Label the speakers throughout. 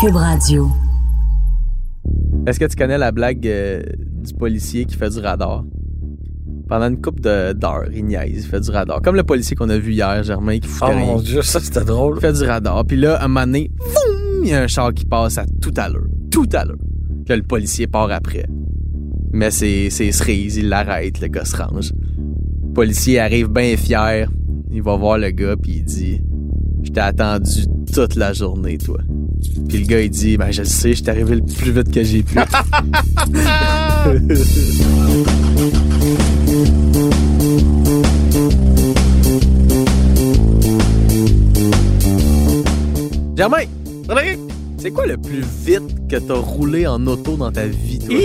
Speaker 1: Cube Radio.
Speaker 2: Est-ce que tu connais la blague euh, du policier qui fait du radar? Pendant une coupe d'heures, il niaise, il fait du radar. Comme le policier qu'on a vu hier, Germain, qui fout
Speaker 3: Oh
Speaker 2: rien.
Speaker 3: mon dieu, ça c'était
Speaker 2: Il
Speaker 3: drôle.
Speaker 2: fait du radar. Puis là, à un moment donné, foum, il y a un char qui passe à tout à l'heure. Tout à l'heure. Puis là, le policier part après. Mais c'est c'est cerise, il l'arrête, le gars se range. Le policier arrive bien fier. Il va voir le gars, puis il dit Je t'ai attendu toute la journée, toi. Puis le gars, il dit Ben, je le sais, je t'ai arrivé le plus vite que j'ai pu. Germain, c'est quoi le plus vite que t'as roulé en auto dans ta vie, toi?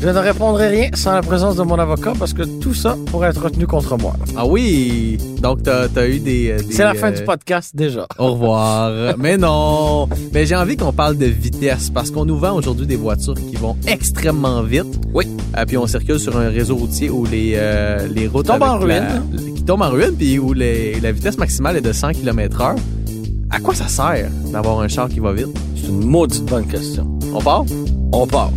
Speaker 3: Je ne répondrai rien sans la présence de mon avocat parce que tout ça pourrait être retenu contre moi.
Speaker 2: Ah oui! Donc, t'as as eu des. euh, des,
Speaker 3: C'est la fin du
Speaker 2: euh,
Speaker 3: podcast déjà.
Speaker 2: Au revoir. Mais non. Mais j'ai envie qu'on parle de vitesse parce qu'on nous vend aujourd'hui des voitures qui vont extrêmement vite.
Speaker 3: Oui.
Speaker 2: Ah, puis on circule sur un réseau routier où les, euh, les routes
Speaker 3: Tombe en
Speaker 2: avec la- qui tombent en ruine puis où les- la vitesse maximale est de 100 km/h. À quoi ça sert d'avoir un char qui va vite?
Speaker 3: C'est une maudite bonne question.
Speaker 2: On part?
Speaker 3: On part.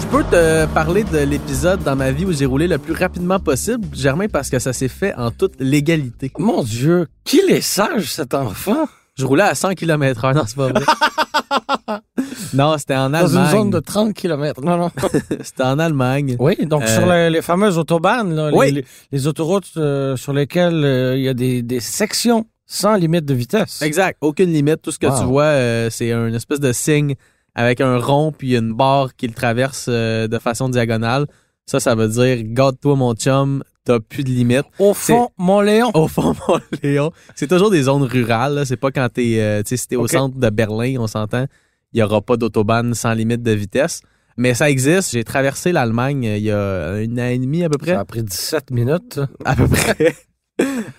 Speaker 2: Je peux te parler de l'épisode dans ma vie où j'ai roulé le plus rapidement possible, Germain, parce que ça s'est fait en toute légalité.
Speaker 3: Mon dieu, qu'il est sage cet enfant
Speaker 2: Je roulais à 100 km/h, non, c'est pas vrai. non, c'était en
Speaker 3: dans
Speaker 2: Allemagne.
Speaker 3: une zone de 30 km. Non, non.
Speaker 2: C'était en Allemagne.
Speaker 3: oui, donc
Speaker 2: Euh,
Speaker 3: sur les, les fameuses autobahnes, là, les-
Speaker 2: Oui.
Speaker 3: les, les autoroutes euh, sur lesquelles euh, il y a des, des sections sans limite de vitesse.
Speaker 2: Exact. Aucune limite. Tout ce que
Speaker 3: Wow.
Speaker 2: tu vois, euh, c'est une espèce de signe avec un rond puis une barre qui le traverse euh, de façon diagonale. Ça, ça veut dire garde-toi, mon chum, t'as plus de limite.
Speaker 3: Au fond, mon Léon.
Speaker 2: Au fond, mon Léon, c'est toujours des zones rurales. là. C'est pas quand t'es, euh, tu sais, si t'es au
Speaker 3: Ok.
Speaker 2: centre de Berlin, on s'entend, il y aura pas d'autobahn sans limite de vitesse. Mais ça existe. J'ai traversé l'Allemagne euh, il y a un an et demi à peu près.
Speaker 3: Ça a pris 17 minutes.
Speaker 2: À peu près.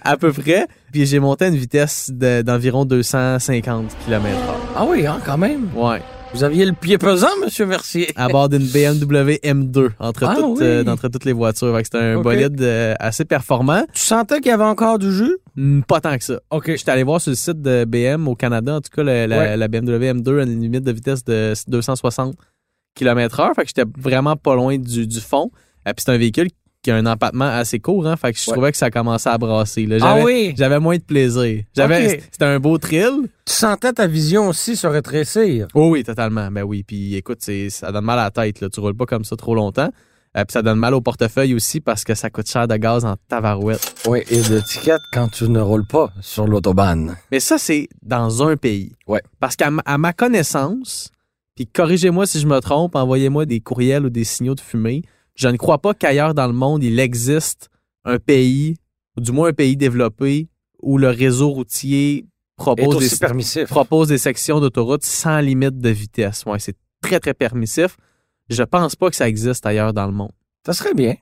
Speaker 2: à peu près. Puis j'ai monté à une vitesse de- d'environ 250 km/h.
Speaker 3: Ah oui, hein, quand même.
Speaker 2: Ouais.
Speaker 3: Vous aviez le pied pesant, Monsieur Mercier.
Speaker 2: À bord d'une BMW M2 entre,
Speaker 3: Ah
Speaker 2: toutes,
Speaker 3: oui.
Speaker 2: euh, d'entre toutes les voitures. Fait que c'était un
Speaker 3: Ok.
Speaker 2: bolide euh, assez performant.
Speaker 3: Tu sentais qu'il y avait encore du jus?
Speaker 2: Hmm, Pas tant que ça.
Speaker 3: OK.
Speaker 2: J'étais allé voir sur le site de BM au Canada, en tout cas, le- la,
Speaker 3: Ouais.
Speaker 2: la BMW M2 a une limite de vitesse de 260 km/h. Fait que j'étais vraiment pas loin du, du fond. Et puis c'est un véhicule qui a un empattement assez court. Hein, fait que je
Speaker 3: Ouais.
Speaker 2: trouvais que ça commençait à brasser. là.
Speaker 3: Ah
Speaker 2: J'avais-
Speaker 3: oui?
Speaker 2: J'avais moins de plaisir. J'avais,
Speaker 3: Ok.
Speaker 2: C'était un beau thrill.
Speaker 3: Tu sentais ta vision aussi se rétrécir.
Speaker 2: Oh oui, totalement. Ben oui. Puis écoute, c'est, ça donne mal à la tête. Là. Tu roules pas comme ça trop longtemps. Euh, puis ça donne mal au portefeuille aussi parce que ça coûte cher de gaz en tavarouette.
Speaker 3: Oui, et d'étiquette quand tu ne roules pas sur l'autobahn.
Speaker 2: Mais ça, c'est dans un pays.
Speaker 3: Ouais.
Speaker 2: Parce qu'à ma- à ma connaissance, puis corrigez-moi si je me trompe, envoyez-moi des courriels ou des signaux de fumée. Je ne crois pas qu'ailleurs dans le monde, il existe un pays, ou du moins un pays développé, où le réseau routier
Speaker 3: Est
Speaker 2: propose
Speaker 3: aussi
Speaker 2: des,
Speaker 3: permissif.
Speaker 2: propose des sections d'autoroute sans limite de vitesse. Ouais, c'est très, très permissif. Je pense pas que ça existe ailleurs dans le monde.
Speaker 3: Ça serait bien.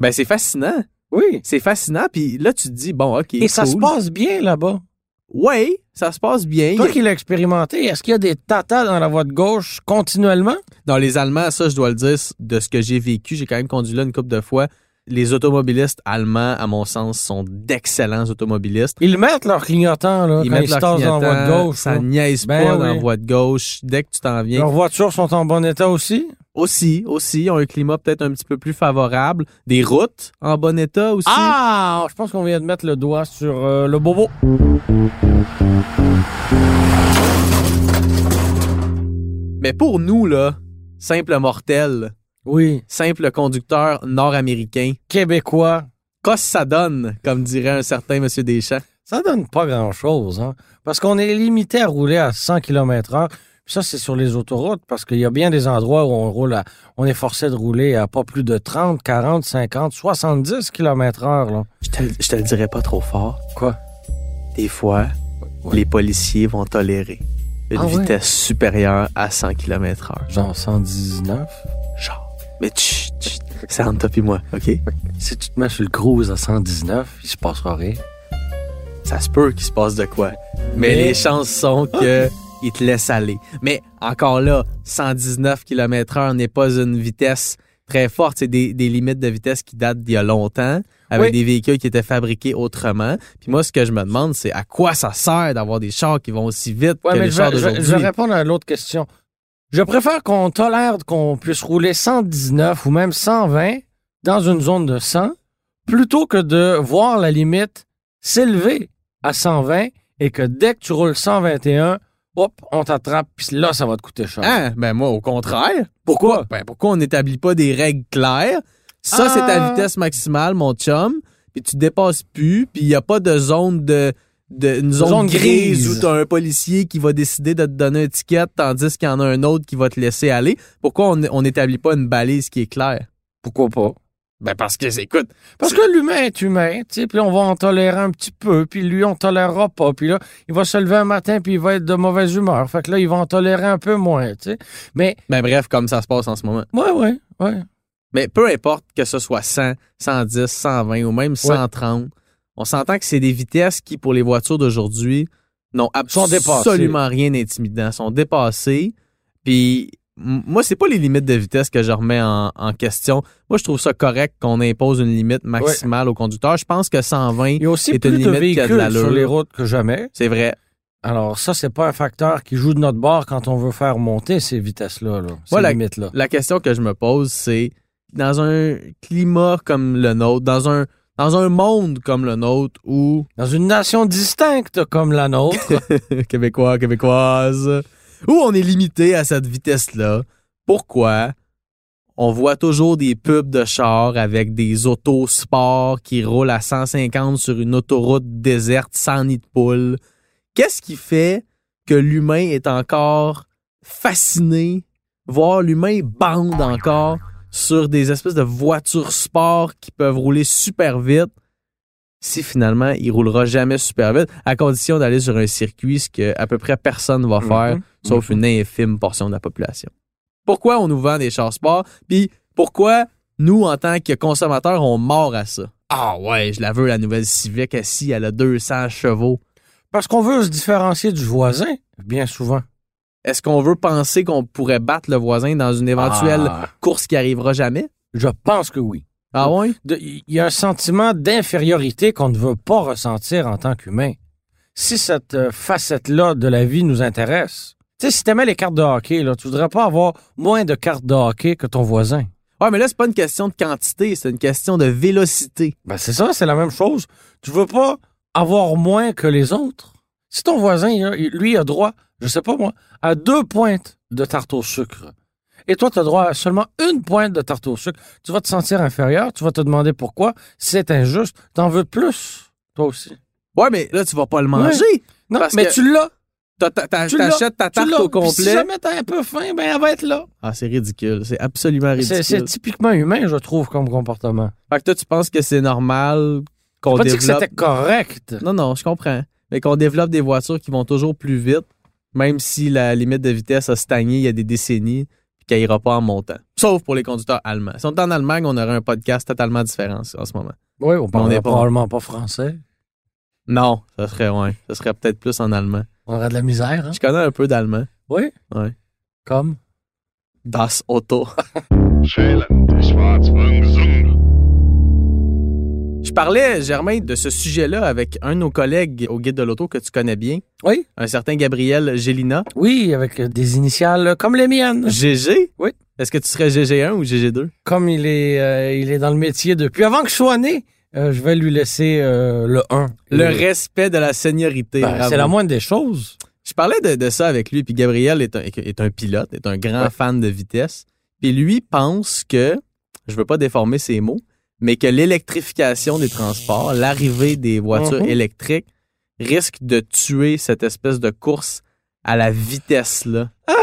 Speaker 2: Ben, c'est fascinant.
Speaker 3: Oui.
Speaker 2: C'est fascinant. Puis là, tu te dis, bon, OK.
Speaker 3: Et ça se
Speaker 2: cool.
Speaker 3: passe bien là-bas.
Speaker 2: Oui, ça se passe bien.
Speaker 3: Toi qui l'as expérimenté, est-ce qu'il y a des tatas dans la voie de gauche continuellement?
Speaker 2: Dans les Allemands, ça, je dois le dire, de ce que j'ai vécu, j'ai quand même conduit là une couple de fois. Les automobilistes allemands, à mon sens, sont d'excellents automobilistes.
Speaker 3: Ils mettent leur clignotant là,
Speaker 2: Ils
Speaker 3: quand
Speaker 2: mettent
Speaker 3: ils se
Speaker 2: leur
Speaker 3: tassent dans la voie de
Speaker 2: clignotant,
Speaker 3: gauche.
Speaker 2: ça
Speaker 3: là.
Speaker 2: niaise
Speaker 3: Ben
Speaker 2: pas dans
Speaker 3: oui.
Speaker 2: la voie de gauche. Dès que tu t'en viens,
Speaker 3: Leurs voitures sont en bon état aussi.
Speaker 2: Aussi, aussi, ils ont un climat peut-être un petit peu plus favorable. Des routes en bon état aussi.
Speaker 3: Ah! Je pense qu'on vient de mettre le doigt sur euh, le bobo.
Speaker 2: Mais pour nous, là, simple mortel,
Speaker 3: Oui.
Speaker 2: simple conducteur nord-américain,
Speaker 3: Québécois.
Speaker 2: qu'est-ce que ça donne, comme dirait un certain monsieur Deschamps?
Speaker 3: Ça donne pas grand-chose, hein? Parce qu'on est limité à rouler à 100 km heure. Puis ça, c'est sur les autoroutes, parce qu'il y a bien des endroits où on roule à, on est forcé de rouler à pas plus de 30, 40, 50, 70 km heure, là.
Speaker 2: Je te, je te le dirais pas trop fort.
Speaker 3: Quoi?
Speaker 2: Des fois,
Speaker 3: Ouais.
Speaker 2: les policiers vont tolérer une
Speaker 3: Ah ouais?
Speaker 2: vitesse supérieure à 100 km/h.
Speaker 3: Genre 119.
Speaker 2: Genre. Mais tch, tch, c'est entre toi et moi, OK?
Speaker 3: Si tu te mets sur le cruise à 119, il se passera rien.
Speaker 2: ça se peut qu'il se passe de quoi. Mais,
Speaker 3: Mais- Ah.
Speaker 2: les chances sont que il te laisse aller. Mais encore là, 119 km/h n'est pas une vitesse très forte. C'est des, des limites de vitesse qui datent d'il y a longtemps, avec
Speaker 3: Oui.
Speaker 2: des véhicules qui étaient fabriqués autrement. Puis moi, ce que je me demande, c'est à quoi ça sert d'avoir des chars qui vont aussi vite
Speaker 3: Ouais,
Speaker 2: que
Speaker 3: mais
Speaker 2: les
Speaker 3: je vais,
Speaker 2: chars
Speaker 3: je vais- je vais
Speaker 2: d'aujourd'hui?
Speaker 3: répondre à l'autre question. Je préfère qu'on tolère qu'on puisse rouler 119 ou même 120 dans une zone de 100 plutôt que de voir la limite s'élever à 120 et que dès que tu roules 121, hop, on t'attrape, puis là, ça va te coûter cher.
Speaker 2: Hein? Ben moi, au contraire.
Speaker 3: Pourquoi?
Speaker 2: Ben, pourquoi on n'établit pas des règles claires? Ça,
Speaker 3: Ah.
Speaker 2: c'est ta vitesse maximale, mon chum. Puis tu dépasses plus, puis il n'y a pas de zone de. de- une zone,
Speaker 3: Zone
Speaker 2: grise,
Speaker 3: grise.
Speaker 2: où tu as un policier qui va décider de te donner un ticket, tandis qu'il y en a un autre qui va te laisser aller. Pourquoi on on n'établit pas une balise qui est claire?
Speaker 3: Pourquoi pas?
Speaker 2: Ben parce que, écoute,
Speaker 3: Parce que l'humain est humain, tu sais, puis on va en tolérer un petit peu, puis lui, on tolérera pas, puis là, il va se lever un matin, puis il va être de mauvaise humeur, fait que là, il va en tolérer un peu moins, tu sais. Mais,
Speaker 2: ben bref, comme ça se passe en ce moment.
Speaker 3: ouais, ouais, ouais.
Speaker 2: Mais peu importe que ce soit 100, 110, 120 ou même 130, on s'entend que c'est des vitesses qui, pour les voitures d'aujourd'hui, n'ont
Speaker 3: Sont dépassées.
Speaker 2: absolument rien d'intimidant, sont dépassées. Puis m- moi, c'est pas les limites de vitesse que je remets en, en question. Moi, je trouve ça correct qu'on impose une limite maximale au conducteur. Je pense que 120,
Speaker 3: Il y a aussi
Speaker 2: C'est
Speaker 3: plus
Speaker 2: une
Speaker 3: de
Speaker 2: limite qui a de
Speaker 3: véhicules
Speaker 2: l'allure.
Speaker 3: sur les routes que jamais.
Speaker 2: c'est vrai.
Speaker 3: Alors ça, c'est pas un facteur qui joue de notre bord quand on veut faire monter ces vitesses-là, là, ces
Speaker 2: Voilà.
Speaker 3: limites-là.
Speaker 2: La question que je me pose, c'est dans un climat comme le nôtre, dans un, dans un monde comme le nôtre où
Speaker 3: Dans une nation distincte comme la nôtre,
Speaker 2: Québécois, Québécoise, où on est limité à cette vitesse-là. Pourquoi on voit toujours des pubs de chars avec des autos sport qui roulent à 150 sur une autoroute déserte sans nid de poule? Qu'est-ce qui fait que l'humain est encore fasciné, voire l'humain bande encore sur des espèces de voitures sport qui peuvent rouler super vite? si finalement il roulera jamais super vite, à condition d'aller sur un circuit, ce que à peu près personne va faire,
Speaker 3: Mhm.
Speaker 2: sauf une infime portion de la population. Pourquoi on nous vend des chars sport, puis pourquoi nous, en tant que consommateurs, on mord à ça? Ah ouais, je la veux, la nouvelle Civic, elle, si elle a 200 chevaux.
Speaker 3: parce qu'on veut se différencier du voisin, bien souvent.
Speaker 2: Est-ce qu'on veut penser qu'on pourrait battre le voisin dans une éventuelle
Speaker 3: Ah,
Speaker 2: course qui arrivera jamais?
Speaker 3: je pense que oui.
Speaker 2: Ah ouais?
Speaker 3: De- Il y a un sentiment d'infériorité qu'on ne veut pas ressentir en tant qu'humain. Si cette euh, facette-là de la vie nous intéresse, tu sais, si t'aimais les cartes de hockey, là, tu voudrais pas avoir moins de cartes de hockey que ton voisin.
Speaker 2: Ouais, mais là, c'est pas une question de quantité, c'est une question de vélocité.
Speaker 3: Ben c'est ça, c'est la même chose. Tu veux pas avoir moins que les autres. Si ton voisin, il a- il- lui, a droit, je sais pas moi, à deux pointes de tarte au sucre, et toi, tu as droit à seulement une pointe de tarte au sucre, tu vas te sentir inférieur, tu vas te demander pourquoi, c'est injuste, t'en veux plus, toi aussi.
Speaker 2: Ouais, mais là, tu vas pas le manger.
Speaker 3: Non,
Speaker 2: Parce
Speaker 3: mais
Speaker 2: que
Speaker 3: tu l'as,
Speaker 2: T'as- t'as- t'as-
Speaker 3: Tu l'as,
Speaker 2: T'achètes ta
Speaker 3: tu
Speaker 2: tarte
Speaker 3: l'as.
Speaker 2: au
Speaker 3: Puis Si
Speaker 2: complet.
Speaker 3: jamais t'es un peu faim, ben elle va être là.
Speaker 2: Ah, c'est ridicule. C'est absolument
Speaker 3: C'est
Speaker 2: ridicule.
Speaker 3: c'est typiquement humain, je trouve, comme comportement.
Speaker 2: Fait que toi, tu penses que c'est normal
Speaker 3: Je
Speaker 2: qu'on
Speaker 3: pas dit que
Speaker 2: développe.
Speaker 3: c'était correct.
Speaker 2: Non, non, je comprends. Mais qu'on développe des voitures qui vont toujours plus vite, même si la limite de vitesse a stagné il y a des décennies, puis qu'elle ira pas en montant. Sauf pour les conducteurs allemands. Si on était en Allemagne, on aurait un podcast totalement différent en ce moment.
Speaker 3: Oui, on
Speaker 2: On
Speaker 3: parle
Speaker 2: est pas-
Speaker 3: probablement pas français.
Speaker 2: Non, ça serait, ouais, ça serait peut-être plus en allemand.
Speaker 3: On aura de la misère, hein?
Speaker 2: Je connais un peu d'allemand.
Speaker 3: Oui?
Speaker 2: Ouais.
Speaker 3: Comme?
Speaker 2: Das Auto.
Speaker 1: Schälen, schwarz-braun gesungen.
Speaker 2: Je parlais, Germain, de ce sujet-là avec un de nos collègues au Guide de l'Auto que tu connais bien.
Speaker 3: Oui.
Speaker 2: Un certain Gabriel Gélina.
Speaker 3: Oui, avec euh, des initiales euh, comme les miennes.
Speaker 2: GG?
Speaker 3: Oui.
Speaker 2: Est-ce que tu serais GG1 ou GG2?
Speaker 3: Comme il est, euh, il est dans le métier depuis avant que je sois né, euh, je vais lui laisser euh, le 1.
Speaker 2: Le
Speaker 3: Et-
Speaker 2: respect de la seniorité.
Speaker 3: Ben,
Speaker 2: bravo.
Speaker 3: c'est la moindre des choses.
Speaker 2: Je parlais de, de ça avec lui, puis Gabriel est un, est un pilote, est un grand
Speaker 3: Ouais.
Speaker 2: fan de vitesse. Puis lui pense que, je veux pas déformer ses mots, mais que l'électrification des transports, l'arrivée des voitures
Speaker 3: Mhm.
Speaker 2: électriques, risque de tuer cette espèce de course à la vitesse-là.
Speaker 3: Euh,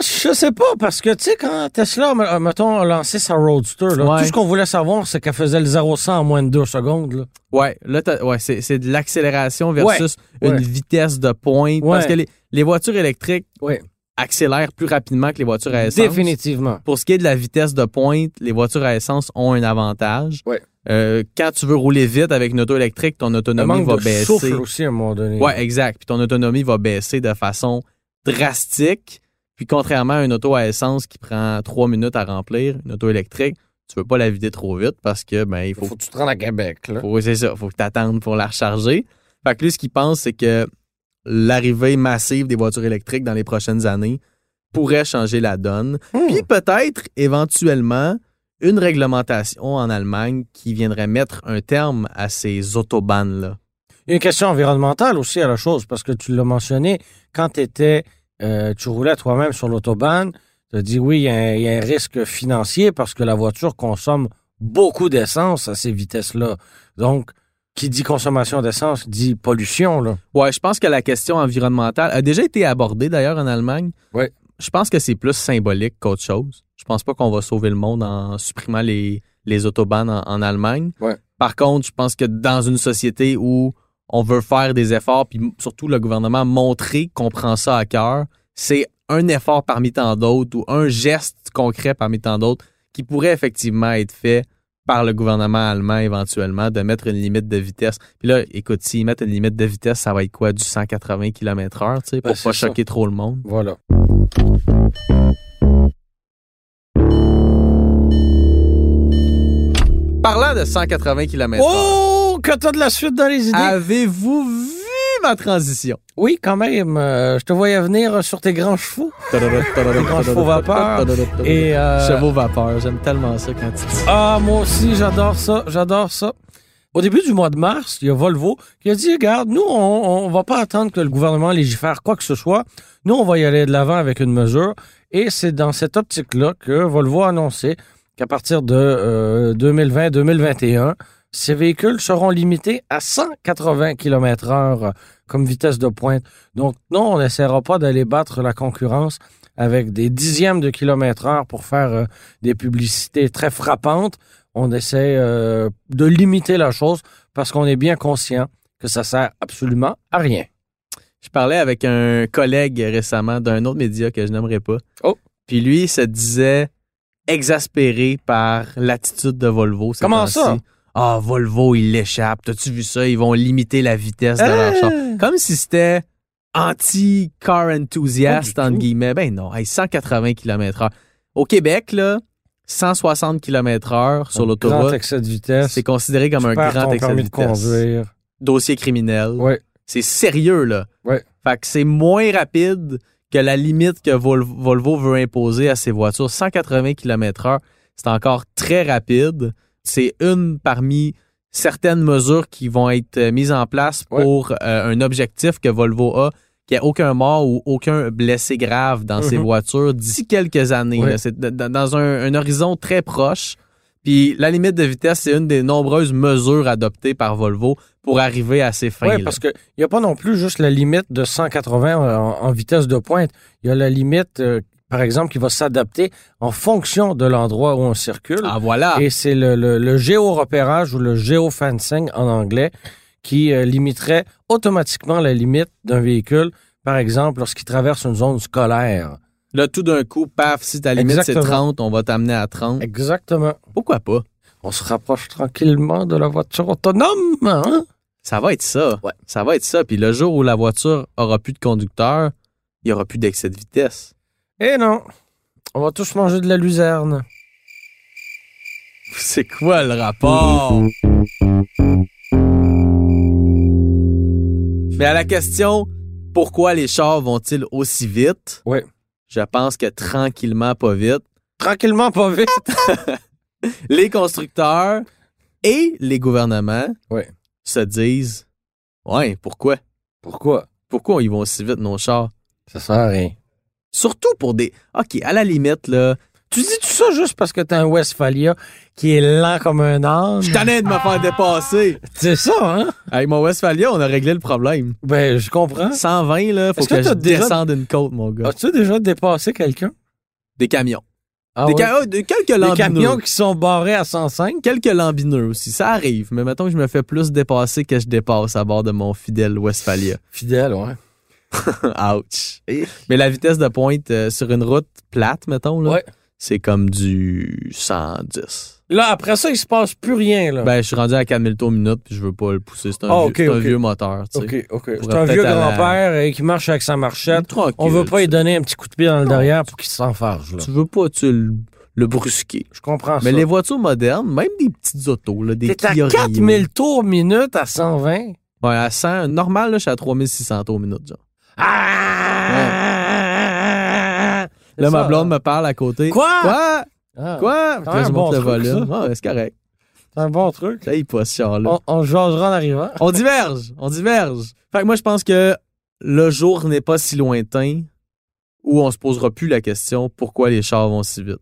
Speaker 3: Je sais pas, parce que, tu sais, quand Tesla, me- euh, mettons, a lancé sa Roadster, là,
Speaker 2: Ouais.
Speaker 3: tout ce qu'on voulait savoir, c'est qu'elle faisait le 0-100 en moins de 2 secondes. là.
Speaker 2: Ouais, là, t'as- ouais, c'est, c'est de l'accélération versus
Speaker 3: Ouais, ouais.
Speaker 2: une vitesse de pointe. Parce
Speaker 3: Ouais.
Speaker 2: que les, les voitures électriques
Speaker 3: Ouais.
Speaker 2: accélèrent plus rapidement que les voitures à essence.
Speaker 3: Définitivement.
Speaker 2: Pour ce qui est de la vitesse de pointe, les voitures à essence ont un avantage.
Speaker 3: Ouais.
Speaker 2: Euh, quand tu veux rouler vite avec une auto électrique, ton
Speaker 3: Le
Speaker 2: autonomie
Speaker 3: manque
Speaker 2: va
Speaker 3: de
Speaker 2: baisser.
Speaker 3: souffle aussi, à un moment donné.
Speaker 2: Ouais, exact. Puis ton autonomie va baisser de façon drastique. Puis contrairement à une auto à essence qui prend trois minutes à remplir, une auto électrique, tu veux pas la vider trop vite parce que ben il
Speaker 3: Faut,
Speaker 2: faut,
Speaker 3: que tu te rendes à Québec, là.
Speaker 2: faut- c'est ça, faut que tu attendes pour la recharger. Fait que lui, ce qu'il pense, c'est que l'arrivée massive des voitures électriques dans les prochaines années pourrait changer la donne.
Speaker 3: Hmm.
Speaker 2: Puis peut-être, éventuellement, une réglementation en Allemagne qui viendrait mettre un terme à ces autobahnes-là.
Speaker 3: Il y a une question environnementale aussi à la chose, parce que tu l'as mentionné, quand t'étais, euh, tu roulais toi-même sur l'autobahn, tu as dit oui, il y, a un- il y a un risque financier parce que la voiture consomme beaucoup d'essence à ces vitesses-là. Donc, qui dit consommation d'essence dit pollution, là.
Speaker 2: Ouais, je pense que la question environnementale a déjà été abordée d'ailleurs en Allemagne.
Speaker 3: Ouais.
Speaker 2: Je pense que c'est plus symbolique qu'autre chose. Je pense pas qu'on va sauver le monde en supprimant les, les autobahnes en, en Allemagne.
Speaker 3: Ouais.
Speaker 2: Par contre, je pense que dans une société où on veut faire des efforts, puis m- surtout le gouvernement montrer qu'on prend ça à cœur, c'est un effort parmi tant d'autres ou un geste concret parmi tant d'autres qui pourrait effectivement être fait par le gouvernement allemand éventuellement de mettre une limite de vitesse. Puis là, écoute, s'ils mettent une limite de vitesse, ça va être quoi? Du 180 km/h, tu sais, pour
Speaker 3: Ben,
Speaker 2: pas
Speaker 3: c'est ça.
Speaker 2: choquer trop le monde.
Speaker 3: Voilà.
Speaker 2: Parlant de 180 km/h,
Speaker 3: Oh, que t'as de la suite dans les idées.
Speaker 2: avez-vous vu ma transition?
Speaker 3: Ah, Oui, quand même. euh, je te voyais venir sur tes grands chevaux. grands chevaux vapeur Et, euh,
Speaker 2: Chevaux vapeur, j'aime tellement ça quand tu dis.
Speaker 3: Ah, moi aussi, j'adore ça, j'adore ça. Au début du mois de mars, il y a Volvo qui a dit, regarde, nous, on, on va pas attendre que le gouvernement légifère quoi que ce soit. Nous, on va y aller de l'avant avec une mesure. Et c'est dans cette optique-là que Volvo a annoncé qu'à partir de euh, 2020-2021, ces véhicules seront limités à 180 km heure comme vitesse de pointe. Donc, non, on n'essaiera pas d'aller battre la concurrence avec des dixièmes de kilomètre heure pour faire euh, des publicités très frappantes. On essaie euh, de limiter la chose parce qu'on est bien conscient que ça sert absolument à rien.
Speaker 2: Je parlais avec un collègue récemment d'un autre média que je n'aimerais pas.
Speaker 3: Oh.
Speaker 2: Puis lui, il se disait exaspéré par l'attitude de Volvo. ces
Speaker 3: Comment
Speaker 2: temps-ci.
Speaker 3: ça?
Speaker 2: Ah, Volvo, il l'échappe. T'as-tu vu ça? Ils vont limiter la vitesse de leur char.
Speaker 3: Ah!
Speaker 2: Comme si c'était anti-car enthousiaste,
Speaker 3: Pas du
Speaker 2: entre
Speaker 3: tout.
Speaker 2: guillemets. Ben non, hey, 180 km/h. Au Québec, là, 160 km/h sur
Speaker 3: Grand
Speaker 2: l'autoroute,
Speaker 3: excès de vitesse.
Speaker 2: c'est considéré comme
Speaker 3: Tu
Speaker 2: un
Speaker 3: perds
Speaker 2: grand
Speaker 3: ton
Speaker 2: excès de
Speaker 3: permis de
Speaker 2: vitesse.
Speaker 3: conduire.
Speaker 2: Dossier criminel.
Speaker 3: Ouais.
Speaker 2: C'est sérieux, là.
Speaker 3: Ouais.
Speaker 2: Fait que c'est moins rapide que la limite que Vol- Volvo veut imposer à ses voitures. 180 km/h, c'est encore très rapide. C'est une parmi certaines mesures qui vont être euh, mises en place
Speaker 3: Ouais.
Speaker 2: pour euh, un objectif que Volvo a, qu'il n'y ait aucun mort ou aucun blessé grave dans ses
Speaker 3: Mhm.
Speaker 2: voitures d'ici quelques années.
Speaker 3: Ouais.
Speaker 2: là. C'est d- d- dans un- un horizon très proche. Puis la limite de vitesse, c'est une des nombreuses mesures adoptées par Volvo pour arriver à ces fins-là.
Speaker 3: Oui, parce qu'il n'y a pas non plus juste la limite de 180 en, en vitesse de pointe. Il y a la limite, euh, par exemple, qui va s'adapter en fonction de l'endroit où on circule.
Speaker 2: Ah voilà.
Speaker 3: Et c'est le, le, le géo-repérage ou le géofencing en anglais qui euh, limiterait automatiquement la limite d'un véhicule, par exemple, lorsqu'il traverse une zone scolaire.
Speaker 2: Là, tout d'un coup, paf, si ta limite c'est
Speaker 3: Exactement.
Speaker 2: 30, on va t'amener à 30.
Speaker 3: Exactement.
Speaker 2: Pourquoi pas?
Speaker 3: On se rapproche tranquillement de la voiture autonome. hein?
Speaker 2: Ça va être ça.
Speaker 3: Ouais.
Speaker 2: Ça va être ça. Puis le jour où la voiture aura plus de conducteur, il n'y aura plus d'excès de vitesse.
Speaker 3: Eh non, on va tous manger de la luzerne.
Speaker 2: C'est quoi le rapport? Mais à la question pourquoi les chars vont-ils aussi vite?
Speaker 3: Ouais.
Speaker 2: Je pense que tranquillement, pas vite,
Speaker 3: Tranquillement, pas vite.
Speaker 2: les constructeurs et les gouvernements
Speaker 3: Ouais.
Speaker 2: se disent Ouais, pourquoi?
Speaker 3: Pourquoi?
Speaker 2: Pourquoi ils vont aussi vite nos chars?
Speaker 3: Ça sert à rien.
Speaker 2: Surtout pour des. OK, à la limite, là.
Speaker 3: Tu dis tout ça juste parce que t'as un Westphalia qui est lent comme un âne.
Speaker 2: Je t'en ai de me faire dépasser.
Speaker 3: C'est ça, hein?
Speaker 2: Avec mon Westphalia, on a réglé le problème.
Speaker 3: Ben, je comprends.
Speaker 2: 120, là, faut
Speaker 3: Est-ce
Speaker 2: Ah! que,
Speaker 3: que
Speaker 2: je
Speaker 3: t'as déjà-
Speaker 2: descende une côte, mon gars.
Speaker 3: As-tu déjà dépassé quelqu'un?
Speaker 2: Des camions.
Speaker 3: Ah
Speaker 2: des,
Speaker 3: ouais?
Speaker 2: ca- oh, des- quelques
Speaker 3: Des
Speaker 2: lambineux.
Speaker 3: camions qui sont barrés à 105.
Speaker 2: Quelques lambineux aussi. Ça arrive. Mais mettons que je me fais plus dépasser que je dépasse à bord de mon fidèle Westphalia.
Speaker 3: Fidèle, ouais.
Speaker 2: Ouch. Mais la vitesse de pointe euh, sur une route plate, mettons, là,
Speaker 3: Ouais.
Speaker 2: c'est comme du 110.
Speaker 3: Là, après ça, il se passe plus rien, là.
Speaker 2: Ben, je suis rendu à 4000 tours minute, puis je veux pas le pousser. C'est un,
Speaker 3: Ah,
Speaker 2: vieux,
Speaker 3: ok,
Speaker 2: c'est un
Speaker 3: ok.
Speaker 2: vieux moteur, tu sais.
Speaker 3: OK, OK. C'est
Speaker 2: Faudrait
Speaker 3: un vieux
Speaker 2: peut-être aller à-
Speaker 3: grand-père euh, qui marche avec sa marchette.
Speaker 2: Tranquille,
Speaker 3: On veut pas
Speaker 2: tu
Speaker 3: lui donner un petit coup de pied dans le derrière pour qu'il s'enfarge, là.
Speaker 2: Tu veux pas tu le, le brusquer.
Speaker 3: Je comprends
Speaker 2: Mais
Speaker 3: Ah, ça.
Speaker 2: les voitures modernes, même des petites autos, là, des
Speaker 3: T'es à
Speaker 2: Kia Rio.
Speaker 3: 4000 tours minute à 120.
Speaker 2: Ouais, à 100. Normal, là, je suis à 3600 tours minute, genre.
Speaker 3: Ah!
Speaker 2: Là,
Speaker 3: C'est
Speaker 2: ma
Speaker 3: ça,
Speaker 2: blonde
Speaker 3: là.
Speaker 2: me parle à côté.
Speaker 3: Quoi?
Speaker 2: Quoi?
Speaker 3: Ah,
Speaker 2: Quoi? Puis là,
Speaker 3: un
Speaker 2: je
Speaker 3: bon
Speaker 2: monte le
Speaker 3: truc,
Speaker 2: volume. Ah, ouais, c'est correct.
Speaker 3: C'est un bon truc.
Speaker 2: Là, il passe ce char-là.
Speaker 3: On, on se jasera en arrivant.
Speaker 2: On diverge, on diverge. Fait que moi, je pense que le jour n'est pas si lointain où on se posera plus la question pourquoi les chars vont si vite.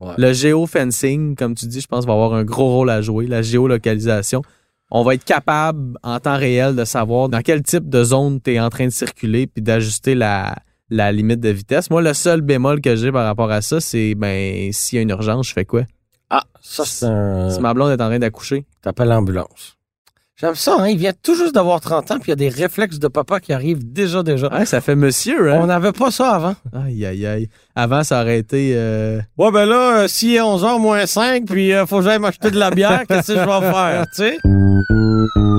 Speaker 3: Ouais.
Speaker 2: Le géofencing, comme tu dis, je pense, va avoir un gros rôle à jouer, la géolocalisation. On va être capable, en temps réel, de savoir dans quel type de zone tu es en train de circuler puis d'ajuster la, la limite de vitesse. Moi, le seul bémol que j'ai par rapport à ça, c'est ben s'il y a une urgence, je fais quoi?
Speaker 3: Ah, ça, c'est un.
Speaker 2: Si ma blonde est en train d'accoucher.
Speaker 3: T'appelles l'ambulance. J'aime ça, hein. Il vient tout juste d'avoir 30 ans, puis il y a des réflexes de papa qui arrivent déjà, déjà.
Speaker 2: Ouais, ça fait monsieur, hein?
Speaker 3: On n'avait pas ça avant.
Speaker 2: Aïe, aïe, aïe. Avant, ça aurait été. euh,
Speaker 3: Ouais, ben là, euh, s'il est 11h moins 5, puis euh, faut que j'aille m'acheter de la bière, qu'est-ce que je vais faire, tu sais?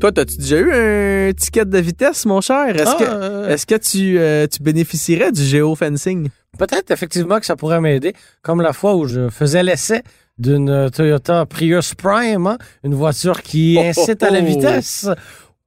Speaker 2: Toi, t'as-tu déjà eu un ticket de vitesse, mon cher? Est-ce
Speaker 3: Ah,
Speaker 2: que,
Speaker 3: euh,
Speaker 2: est-ce que tu, euh, tu bénéficierais du géofencing?
Speaker 3: Peut-être effectivement que ça pourrait m'aider, comme la fois où je faisais l'essai d'une euh, Toyota Prius Prime, hein, une voiture qui
Speaker 2: Oh, oh,
Speaker 3: incite à la
Speaker 2: oh.
Speaker 3: vitesse.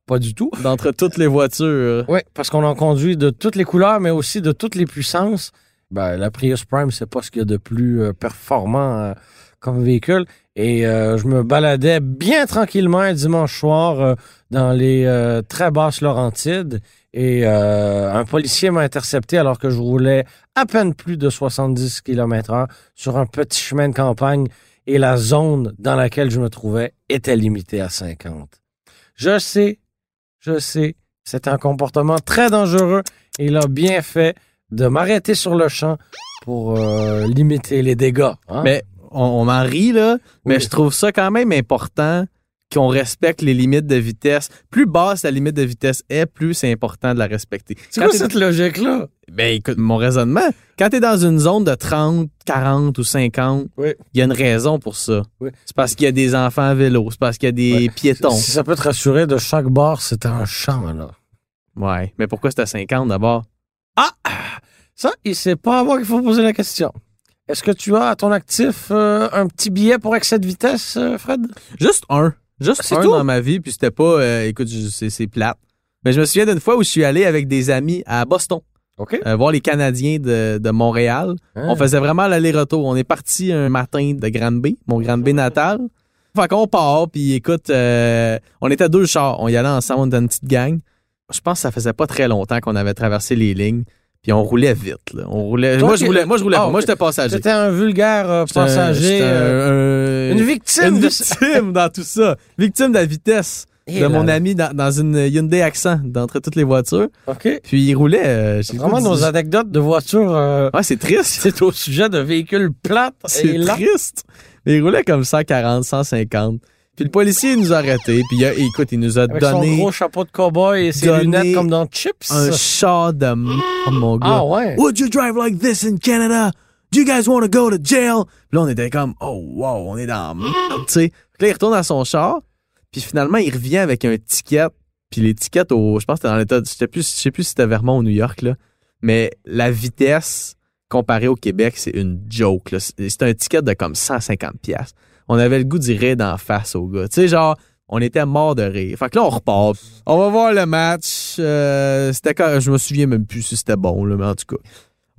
Speaker 3: Pas du tout.
Speaker 2: D'entre toutes les voitures.
Speaker 3: Oui, parce qu'on en conduit de toutes les couleurs, mais aussi de toutes les puissances. Ben, la Prius Prime, c'est pas ce qu'il y a de plus euh, performant euh, comme véhicule. Et euh, je me baladais bien tranquillement un dimanche soir euh, dans les euh, très basses Laurentides. Et euh, un policier m'a intercepté alors que je roulais à peine plus de 70 km heure sur un petit chemin de campagne et la zone dans laquelle je me trouvais était limitée à 50. Je sais, je sais, c'est un comportement très dangereux et il a bien fait de m'arrêter sur le champ pour euh, limiter les dégâts. hein.
Speaker 2: Mais on, on en rit, là. Mais
Speaker 3: Oui.
Speaker 2: je trouve ça quand même important qu'on respecte les limites de vitesse. Plus basse la limite de vitesse est, plus c'est important de la respecter.
Speaker 3: c'est
Speaker 2: Quand
Speaker 3: quoi
Speaker 2: t'es-
Speaker 3: cette logique-là?
Speaker 2: Ben écoute, mon raisonnement, quand tu es dans une zone de 30, 40 ou 50, il
Speaker 3: Oui.
Speaker 2: y a une raison pour ça.
Speaker 3: Oui.
Speaker 2: C'est parce qu'il y a des enfants à vélo, c'est parce qu'il y a des piétons.
Speaker 3: Si ça peut te rassurer, de chaque bord, c'est un champ, là.
Speaker 2: Ouais, mais pourquoi c'est à 50 d'abord?
Speaker 3: Ça, il sait pas à moi qu'il faut poser la question. Est-ce que tu as à ton actif euh, un petit billet pour excès de vitesse, euh, Fred?
Speaker 2: Juste un. Juste
Speaker 3: C'est
Speaker 2: un
Speaker 3: tout?
Speaker 2: dans ma vie, puis c'était pas... euh, écoute, je- c'est c'est plate. Mais je me souviens d'une fois où je suis allé avec des amis à Boston,
Speaker 3: OK.
Speaker 2: euh, voir les Canadiens de, de Montréal.
Speaker 3: Hein? Ah.
Speaker 2: On faisait vraiment l'aller-retour. On est parti un matin de Granby, mon Granby natal. Fait qu'on part, puis écoute, euh, on était deux chars. On y allait ensemble, on était une petite gang. Je pense que ça faisait pas très longtemps qu'on avait traversé les lignes, puis on roulait vite. là. On roulait...
Speaker 3: Toi,
Speaker 2: Moi, je
Speaker 3: t'es-
Speaker 2: roulais, moi, je roulais
Speaker 3: Ah,
Speaker 2: pas. Moi,
Speaker 3: ok.
Speaker 2: j'étais passager.
Speaker 3: C'était un vulgaire euh,
Speaker 2: J'étais un-
Speaker 3: passager.
Speaker 2: j'étais un-
Speaker 3: euh,
Speaker 2: un-
Speaker 3: une victime
Speaker 2: une
Speaker 3: de Eh
Speaker 2: victime dans tout ça. Victime de la vitesse de mon ami dans, dans une Hyundai Accent, d'entre toutes les voitures.
Speaker 3: OK.
Speaker 2: Puis il roulait. euh, j'ai le
Speaker 3: Vraiment,
Speaker 2: goût de
Speaker 3: nos
Speaker 2: dire-
Speaker 3: anecdotes de voitures, euh,
Speaker 2: Ouais, c'est triste.
Speaker 3: c'est au sujet de véhicules plates et
Speaker 2: C'est
Speaker 3: lents.
Speaker 2: triste. Mais il roulait comme 140, 150. Puis le policier, il nous a arrêtés. Puis il a- écoute, il nous a
Speaker 3: Avec son
Speaker 2: donné
Speaker 3: gros chapeau de cow-boy et ses
Speaker 2: donné
Speaker 3: lunettes comme dans Chips.
Speaker 2: un chat de... m- Oh, mon gars.
Speaker 3: ah ouais.
Speaker 2: Would you drive like this in Canada? Do you guys want to go to jail? Puis là, on était comme, oh, wow, on est dans la merde, tu sais. Puis là, il retourne à son char, puis finalement, il revient avec un ticket. Puis l'étiquette, au, je pense que c'était dans l'état, je sais plus, je sais plus si c'était Vermont ou New York, là. Mais la vitesse comparée au Québec, c'est une joke, là. C'est c'est un ticket de comme 150 pièces. On avait le goût d'y rire d'en face au gars. Tu sais, genre, on était mort de rire. Fait que là, on repart. On va voir le match. Euh, c'était quand, je me souviens même plus si c'était bon, là, mais en tout cas.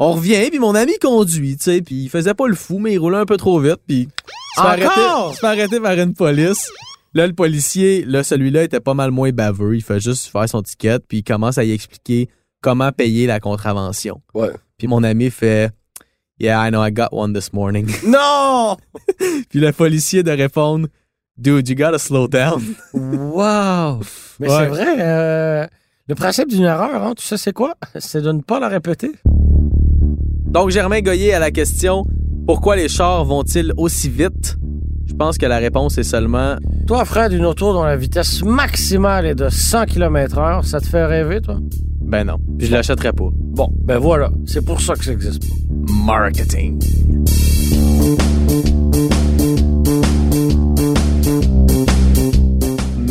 Speaker 2: On revient, puis mon ami conduit, tu sais, puis il faisait pas le fou, mais il roulait un peu trop vite, puis il se fait arrêter-
Speaker 3: Encore?
Speaker 2: il se fait arrêter par une police. Là, le policier, là, celui-là était pas mal moins baveux. Il fait juste faire son ticket, puis il commence à y expliquer comment payer la contravention.
Speaker 3: Ouais.
Speaker 2: Puis mon ami fait Yeah, I know, I got one this morning.
Speaker 3: Non!
Speaker 2: puis le policier de répondre Dude, you gotta slow down.
Speaker 3: Wow! Mais
Speaker 2: Ouais.
Speaker 3: c'est vrai, euh, le principe d'une erreur, hein, tu sais c'est quoi? C'est de ne pas la répéter.
Speaker 2: Donc, Germain Goyer à la question Pourquoi les chars vont-ils aussi vite Je pense que la réponse est seulement
Speaker 3: Toi, Fred, une auto dont la vitesse maximale est de 100 km/h, ça te fait rêver, toi?
Speaker 2: Ben non. Puis je l'achèterai pas.
Speaker 3: Bon, ben voilà. C'est pour ça que ça existe pas.
Speaker 2: Marketing.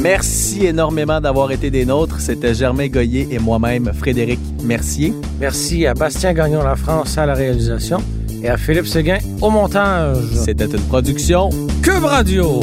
Speaker 2: Merci énormément d'avoir été des nôtres. C'était Germain Goyer et moi-même, Frédéric Mercier.
Speaker 3: Merci à Bastien Gagnon La France à la réalisation et à Philippe Séguin au montage.
Speaker 2: C'était une production
Speaker 3: Cube Radio.